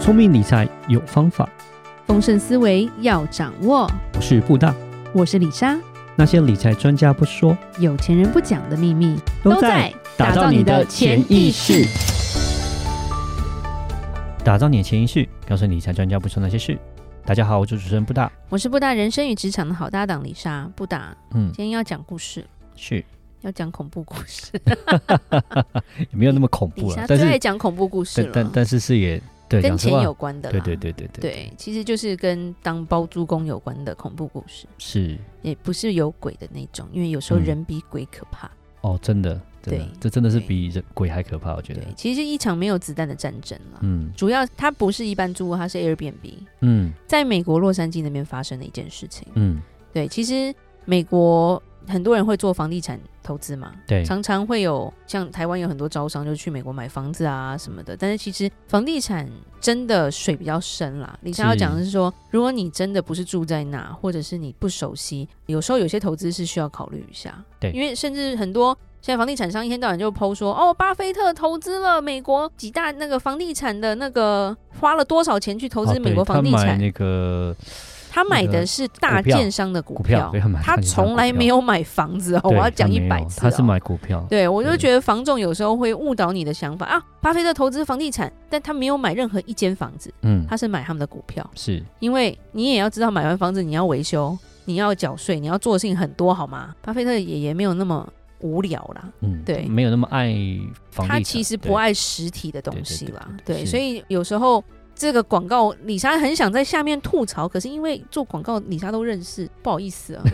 聪明理财有方法，丰盛思维要掌握。我是布大。我是李莎，那些理财专家不说，有钱人不讲的秘密打造你的潜意识。，打造你的潜意识，告诉你理财专家不说那些事。大家好，我是主持人布大。我是布达人生与职场的好搭档李莎。布达嗯今，天要讲故事，是要讲恐怖故事。也没有那么恐李怖了莎，哎啊但最爱是讲恐怖故事但但了，但是是也对，跟讲实钱话有关的啦。对对对对对，对其实就是跟当包租公有关的恐怖故事，是也不是有鬼的那种，因为有时候嗯人比鬼可怕。哦，真的真的对，这真的是对比人鬼还可怕，我觉得对。，其实是一场没有子弹的战争啦。嗯主要它不是一般租屋，它是 Airbnb，嗯在美国洛杉矶那边发生的一件事情。嗯，对，其实美国很多人会做房地产投资嘛，对，常常会有像台湾有很多招商就去美国买房子啊什么的，但是其实房地产真的水比较深啦。李莎要是讲的是说，如果你真的不是住在那，或者是你不熟悉，有时候有些投资是需要考虑一下，对因为甚至很多。现在房地产商一天到晚就抛说，哦，巴菲特投资了美国几大那个房地产的那个花了多少钱去投哦资美国对房地他买产，那个他买那的个是大股票建商的股股票，对他买他他从来没有。有买房子哦，我对要讲他一没百有次、哦他是。买股票，对，我就对觉得房仲有时候会误导你的想法啊。巴菲特投资房地产，但他没有买任何一间房子，嗯，他是买他们的股票。是因为你也要知道，买完房子你要维修，你要缴税，你要做的事情很多，好吗？巴菲特也也没有那么无聊啦，嗯，对没有那么爱房地产，他其实不对，爱实体的东西啦。对对对对对，是所以有时候这个广告，李莎很想在下面吐槽，可是因为做广告，李莎都认识，不好意思 啊，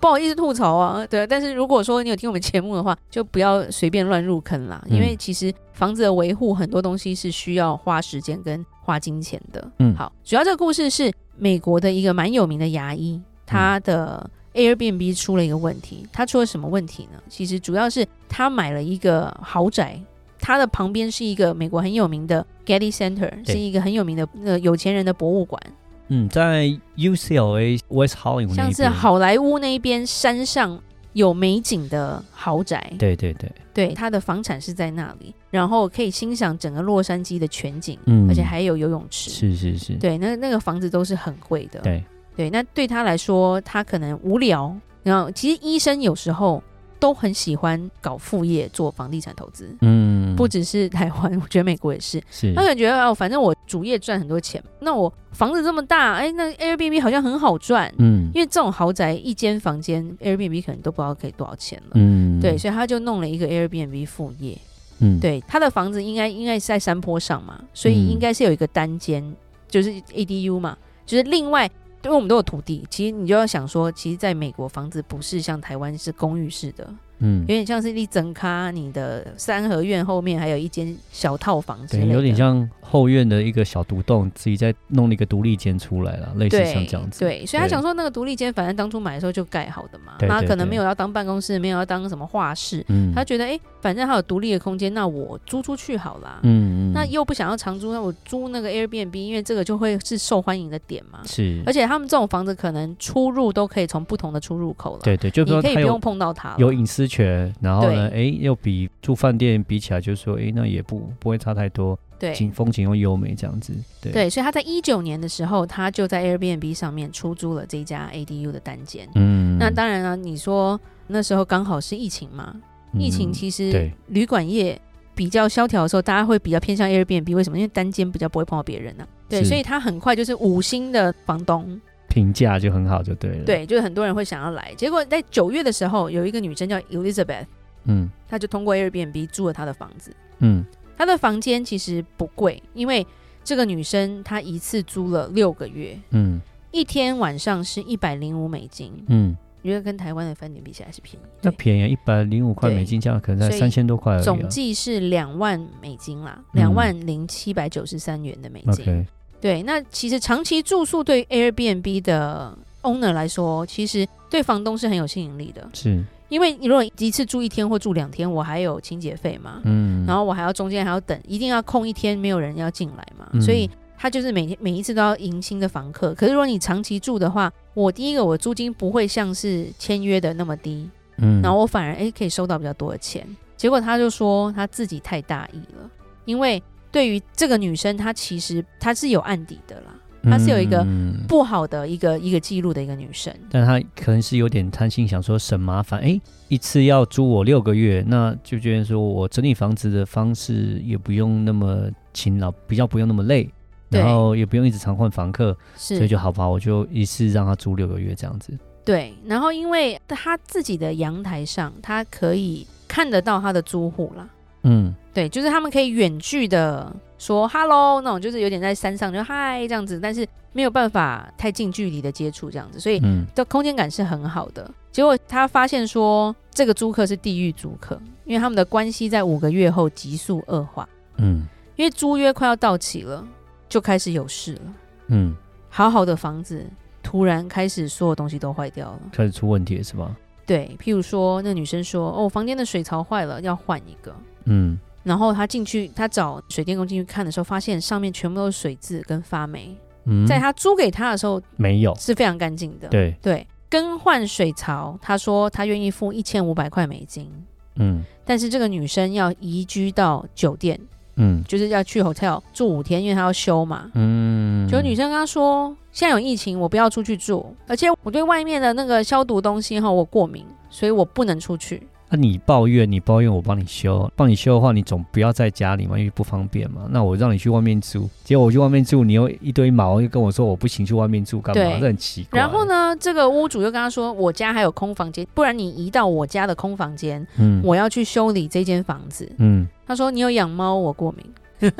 不好意思吐槽啊。对，但是如果说你有听我们节目的话，就不要随便乱入坑啦，嗯因为其实房子的维护很多东西是需要花时间跟花金钱的。嗯好，主要这个故事是美国的一个蛮有名的牙嗯医，他的 Airbnb 出了一个问题。他出了什么问题呢？其实主要是他买了一个豪宅，他的旁边是一个美国很有名的 Getty Center，对是一个很有名的呃有钱人的博物馆，嗯，在 UCLA West Hollywood 那像一是边，好莱坞那边山上有美景的豪宅。对对对，对，他的房产是在那里，然后可以欣赏整个洛杉矶的全景，嗯而且还有游泳池。是是是，对，那那个房子都是很贵的。对对，那对他来说，他可能无聊。然后，其实医生有时候都很喜欢搞副业，做房地产投资，嗯，不只是台湾， 我觉得美国也是。是他可能觉得哦，反正我主业赚很多钱，那我房子这么大，哎，那 Airbnb 好像很好赚，嗯因为这种豪宅一间房间 Airbnb 可能都不知道可以多少钱了。嗯对，所以他就弄了一个 Airbnb 副业。嗯对，他的房子应该应该是在山坡上嘛，所以嗯应该是有一个单间，就是 ADU 嘛，就是另外，因为我们都有土地，其实你就要想说，其实在美国房子不是像台湾是公寓式的，嗯有点像是一整咖，你的三合院后面还有一间小套房之类对，的，有点像后院的一个小独栋，自己再弄了一个独立间出来了，类似对像这样子，对，所以他对想说那个独立间，反正当初买的时候就盖好的嘛，对那对可能对没有要当办公室，没有要当什么画室，嗯，他觉得哎、诶反正还有独立的空间，那我租出去好啦，嗯嗯，那又不想要长租，那我租那个 Airbnb，因为这个就会是受欢迎的点嘛。是而，且他们这种房子可能出入都可以从不同的出入口了，，对对，就你说可以他不用有。碰到它了。有隐私权，然后呢，哎对，又比住饭店比起来，就是说，哎，那也不不会差太多，对景风景又优美这样子，对，对，所以他在一九年的时候，他就在 Airbnb 上面出租了这家 ADU 的单间。嗯，那当然了、你说那时候刚好是疫情嘛，疫情嗯其实对旅馆业比较萧条的时候，大家会比较偏向 Airbnb，为什么？因为单间比较不会碰到别人呢、对，是所以他很快就是五星的房东，评价就很好，就对了。，对，就是很多人会想要来。结果在九月的时候，有一个女生叫 Elizabeth，嗯她就通过 Airbnb 住了她的房子。嗯她的房间其实不贵，因为这个女生她一次租了六个月，嗯一天晚上是一百零五美金，嗯，觉得跟台湾的饭店比起来是便宜。那对，便宜一百零五块对美金，这样可能才所以三千多块而已、啊。总计是两万美金啦，嗯两万零七百九十三元的美金。 OK，对，那其实长期住宿对于 Airbnb 的 owner 来说，其实对房东是很有吸引力的。是因为你如果一次住一天或住两天，我还有清洁费嘛，嗯，然后后我还要中间还要等，一定要空一天没有人要进来嘛，嗯所以他就是每天每一次都要迎新的房客。可是如果你长期住的话，我第一个我租金不会像是签约的那么低，嗯，然后我反而诶可以收到比较多的钱。结果他就说他自己太大意了，因为对于这个女生，她其实她是有案底的啦，她是有一个嗯不好的一个一个记录的一个女生。但他可能是有点贪心，想说省麻烦，哎，一次要租我六个月，那就觉得说我整理房子的方式也不用那么勤劳，比较不用那么累，对然后也不用一直常换房客，所以是，就好吧，我就一次让他租六个月这样子。对。然后因为她自己的阳台上，她可以看得到她的租户啦。嗯，对，就是他们可以远距的说 hello 那种，就是有点在山上就嗨这样子，但是没有办法太近距离的接触这样子，所以嗯，的空间感是很好的。结果他发现说，这个租客是地狱租客，因为他们的关系在五个月后急速恶化，嗯，因为租约快要到期了，就开始有事了。嗯，好好的房子突然开始所有东西都坏掉了。开始出问题了是吧？对，譬如说那女生说，哦，房间的水槽坏了，要换一个。嗯，然后他进去，他找水电工进去看的时候，发现上面全部都是水渍跟发霉。嗯在他租给他的时候没有，是非常干净的。对，对更换水槽，他说他愿意付一千五百块美金，嗯但是这个女生要移居到酒店，嗯就是要去 hotel 住五天，因为她要休嘛。嗯，结果女生跟他说，现在有疫情，我不要出去住，而且我对外面的那个消毒东西哈，我过敏，所以我不能出去。那、啊你抱怨，你抱怨，我帮你修，帮你修的话，你总不要在家里嘛，因为不方便嘛。那我让你去外面住，结果我去外面住，你又一堆毛，又跟我说我不行，去外面住干嘛？对这很奇怪。然后？呢，这个屋主又跟他说：“我家还有空房间，不然你移到我家的空房间，嗯，我要去修理这间房子。嗯，”他说：“你有养猫，我过敏，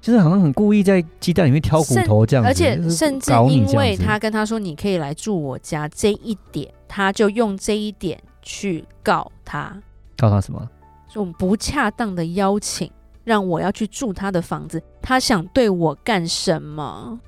就是好像很故意在鸡蛋里面挑骨头这样子，而且就是甚至搞你因这样为子他跟他说你可以来住我家这一点，他就用这一点去告他，告他什么？用不恰当的邀请让我要去住他的房子，他想对我干什么？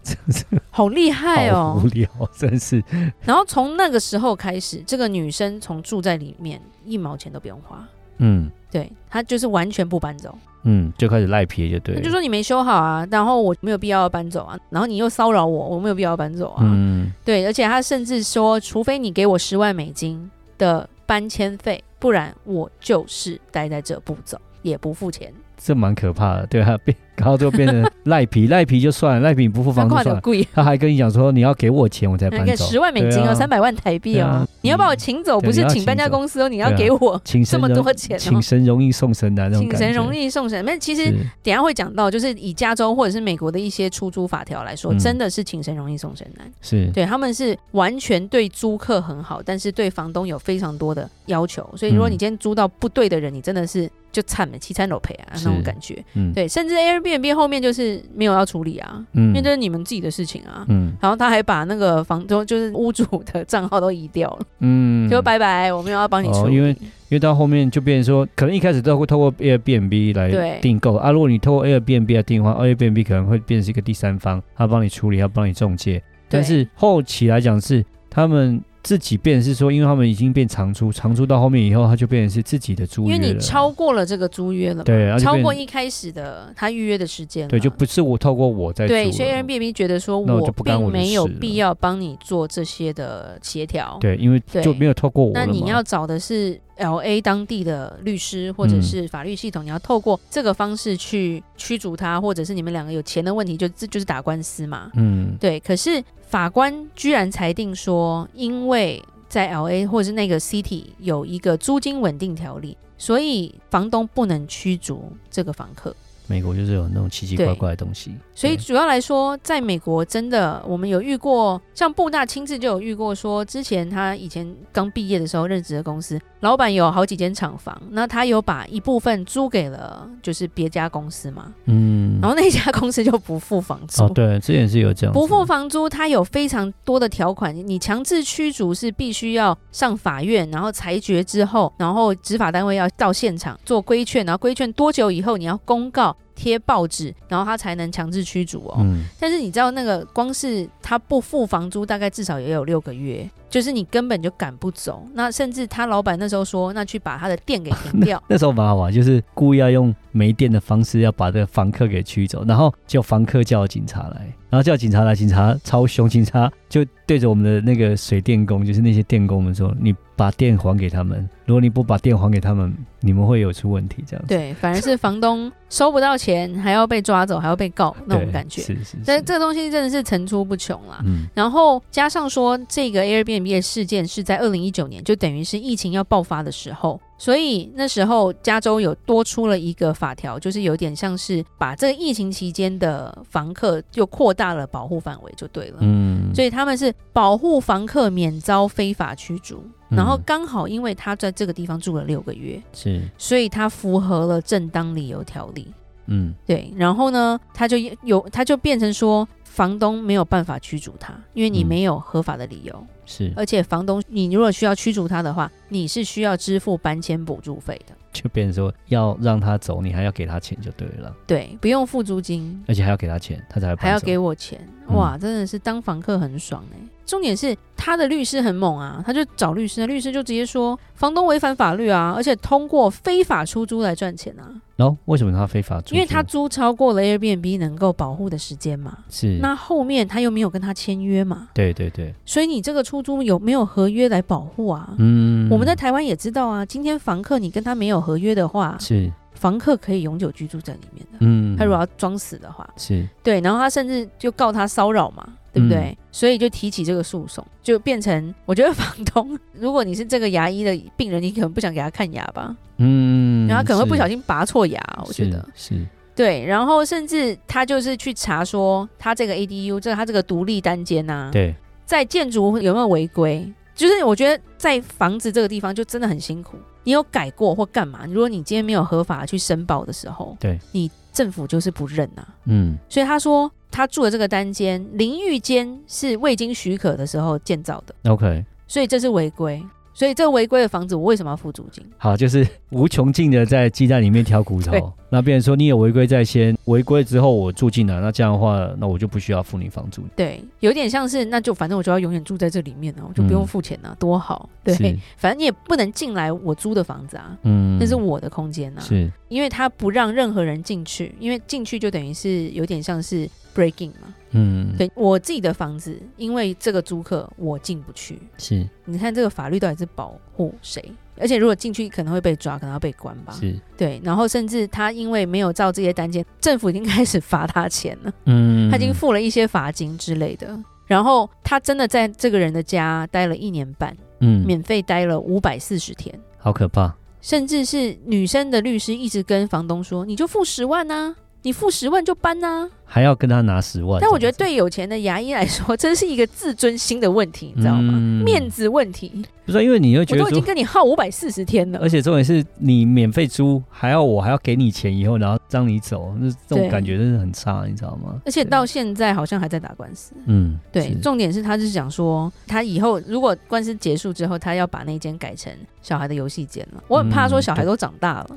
好厉 害好哦无！聊，真是。然后从那个时候开始，这个女生从住在里面一毛钱都不用花。”嗯对他就是完全不搬走，嗯，就开始赖皮就对他了。就说你没修好啊，然后我没有必要搬走啊，然后你又骚扰我，我没有必要搬走啊。嗯对，而且他甚至说，除非你给我十万美金的搬迁费，不然我就是待在这不走，也不付钱。这蛮可怕的，对啊，变，然后就变成赖皮，赖皮就算了，赖皮你不付房租快算点了，贵，他还跟你讲说你要给我钱我才搬看走，十万美金对哦，啊三百万台币对哦啊，你要把我请走，对不是你要请搬请家走公司哦，你要对啊给我请这神么容多钱哦请。神容易送神难那种请感觉，神容易送神，那其实是等一下会讲到，就是以加州或者是美国的一些出租法条来说，嗯真的是请神容易送神难。是，对，他们是完全对租客很好，但是对房东有非常多的要求。所以如果你嗯今天租到不对的人，你真的是就惨了，七餐都赔啊那种是感觉。嗯对，甚至 Airbnb 后面就是没有要处理啊，嗯因为这是你们自己的事情啊。嗯然后他还把那个房东就是屋主的账号都移掉了，嗯，就拜拜，我没有要帮你哦处理。因为因为到后面就变成说，可能一开始都会透过 Airbnb 来对订购啊，如果你透过 Airbnb 来订的话，Airbnb 可能会变成是一个第三方，他帮你处理，他帮你中介，但对是后期来讲是他们。自己变成是说，因为他们已经变长租，长租到后面以后，他就变成是自己的租因约为了。你超过了这个租约了嘛，对，而且超变过成一开始的他预约的时间了，对，就不是我透过我在对，租所以了 Airbnb 觉得说那我就我不干我并的没有事了必要帮你做这些的协调。对，因为对就没有透过我了那嘛。你要找的是 L A 当地的律师或者嗯是法律系统，你要透过这个方式去驱逐他，或者是你们两个有钱的问题，就这就是打官司嘛。嗯对，可是法官居然裁定说，因为在 L A 或者是那个 city 有一个租金稳定条例，所以房东不能驱逐这个房客。美国就是有那种奇奇对怪怪的东西，所以对主要来说，在美国真的，我们有遇过，像布大亲自就有遇过说之前他以前刚毕业的时候任职的公司，老板有好几间厂房，那他有把一部分租给了就是别家公司嘛，嗯，然后那家公司就不付房租。哦对，之前是有这样子不付的房租，它有非常多的条款，你强制驱逐是必须要上法院，然后裁决之后，然后执法单位要到现场做规劝，然后规劝多久以后你要公告贴报纸，然后他才能强制驱逐哦。嗯。但是你知道那个光是他不付房租，大概至少也有六个月，就是你根本就赶不走。那甚至他老板那时候说，那去把他的店给停掉那时候蛮好玩，就是故意要用没电的方式要把这个房客给驱走，然后就房客叫警察来，然后叫警察来，警察超凶，警察就对着我们的那个水电工，就是那些电工们说：“你把电还给他们，如果你不把电还给他们，你们会有出问题。”这样子， 对，反而是房东收不到钱，还要被抓走，还要被告那种对感觉。是是是，但这个东西真的是层出不穷啦。嗯，然后加上说，这个 Airbnb 的事件是在二零一九年，就等于是疫情要爆发的时候，所以那时候加州有多出了一个法条，就是有点像是把这个疫情期间的房客又扩大了保护范围，就对了。嗯，所以他们是保护房客免遭非法驱逐，然后嗯刚好因为他在这个地方住了六个月，是所以他符合了正当理由条例。嗯对，然后呢，他就有他就变成说，房东没有办法驱逐他，因为你嗯没有合法的理由，是而且房东你如果需要驱逐他的话，你是需要支付搬迁补助费的，就变成说要让他走，你还要给他钱就对了，对，不用付租金，而且还要给他钱，他才哎会搬还要走给我钱，嗯哇，真的是当房客很爽哎、重点是他的律师很猛啊，他就找律师，律师就直接说房东违反法律啊，而且通过非法出租来赚钱啊，然后为什么他非法租住？嗯因为他租超过了 Airbnb 能够保护的时间嘛，是那后面他又没有跟他签约嘛，对对对，所以你这个出租有没有合约来保护啊？嗯，我们在台湾也知道啊，今天房客你跟他没有合约的话，是房客可以永久居住在里面的。嗯，他如果要装死的话，是对，然后他甚至就告他骚扰嘛，对不嗯对？所以就提起这个诉讼，就变成我觉得房东，如果你是这个牙医的病人，你可能不想给他看牙吧，嗯，然后他可能会不小心，心拔错牙，我觉得。是是对，然后甚至他就是去查说他这个 ADU，这个他这个独立单间啊呐、对，在建筑有没有违规？就是我觉得在房子这个地方就真的很辛苦。你有改过或干嘛？如果你今天没有合法去申报的时候，对你政府就是不认啊。嗯所以他说他住的这个单间淋浴间是未经许可的时候建造的， ，OK，所以这是违规。所以这违规的房子，我为什么要付租金？好，就是无穷尽的在鸡蛋里面挑骨对头。那别人说你有违规在先，违规之后我住进来，那这样的话，那我就不需要付你房租。对，有点像是那就反正我就要永远住在这里面啊，我就不用嗯付钱啊，多好。对是，反正你也不能进来我租的房子啊，嗯那是我的空间啊。是因为他不让任何人进去，因为进去就等于是有点像是 breaking 嘛。嗯对我自己的房子，因为这个租客我进不去，是你看这个法律到底是保护谁？而且如果进去可能会被抓，可能要被关吧。是对，然后甚至他因为没有照这些单间，政府已经开始罚他钱了，嗯，他已经付了一些罚金之类的。然后他真的在这个人的家待了一年半，嗯，免费待了五百四十天。好可怕，甚至是女生的律师一直跟房东说：“你就付十万呐、你付十万就搬呐、还要跟他拿十万。但我觉得啊这样对有钱的牙医来说，这是一个自尊心的问题，你子，知道吗？嗯面，子问题，不是因为你会觉我得都已经说。跟你耗五百四十天了而。且重点是你免费租，还要我还要给你钱，以后然后让你走，那这对种感觉真是很差，你知道吗？而且到现在好像还在打官司，嗯，对，是重点是他是想说，他以后如果官司结束之后，他要把那间改成小孩的游戏间了。我很怕说小嗯孩都长大 了，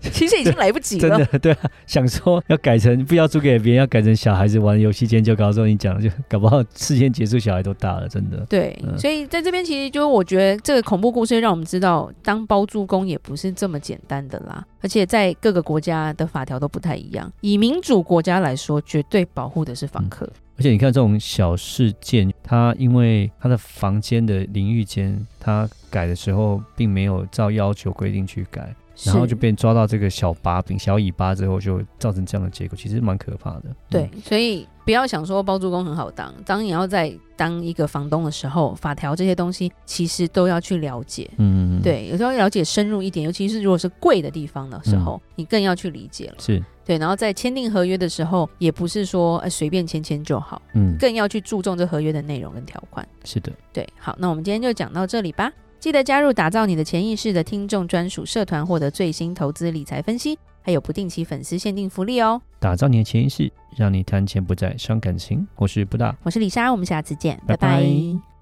其实已经来不及真了的。对啊，想说要改成不要租给别人，要改成小孩子玩游戏间，就搞说你讲就搞不好事件结束，小孩都大了，真的。对，嗯所以在这边其实就我觉得这个恐怖故事让我们知道，当包租公也不是这么简单的啦，而且在各个国家的法条都不太一样。以民主国家来说，绝对保护的是房客。而且你看这种小事件，他因为他的房间的淋浴间，他改的时候并没有照要求规定去改，然后是就被抓到这个小把柄、小尾巴之后，就造成这样的结果，其实蛮可怕的。对嗯，，所以不要想说包租公很好当，当你要在当一个房东的时候，法条这些东西其实都要去了解。嗯，对，有时候要了解深入一点，尤其是如果是贵的地方的时候，你更要去理解了。是，对，然后在签订合约的时候，也不是说呃随便签签就好。嗯，更要去注重这合约的内容跟条款。是的，对，好，那我们今天就讲到这里吧。记得加入打造你的潜意识的听众专属社团，获得最新投资理财分析，还有不定期粉丝限定福利哦。打造你的潜意识，让你谈钱不再伤感情。我是布大。我是李莎，我们下次见，拜拜拜拜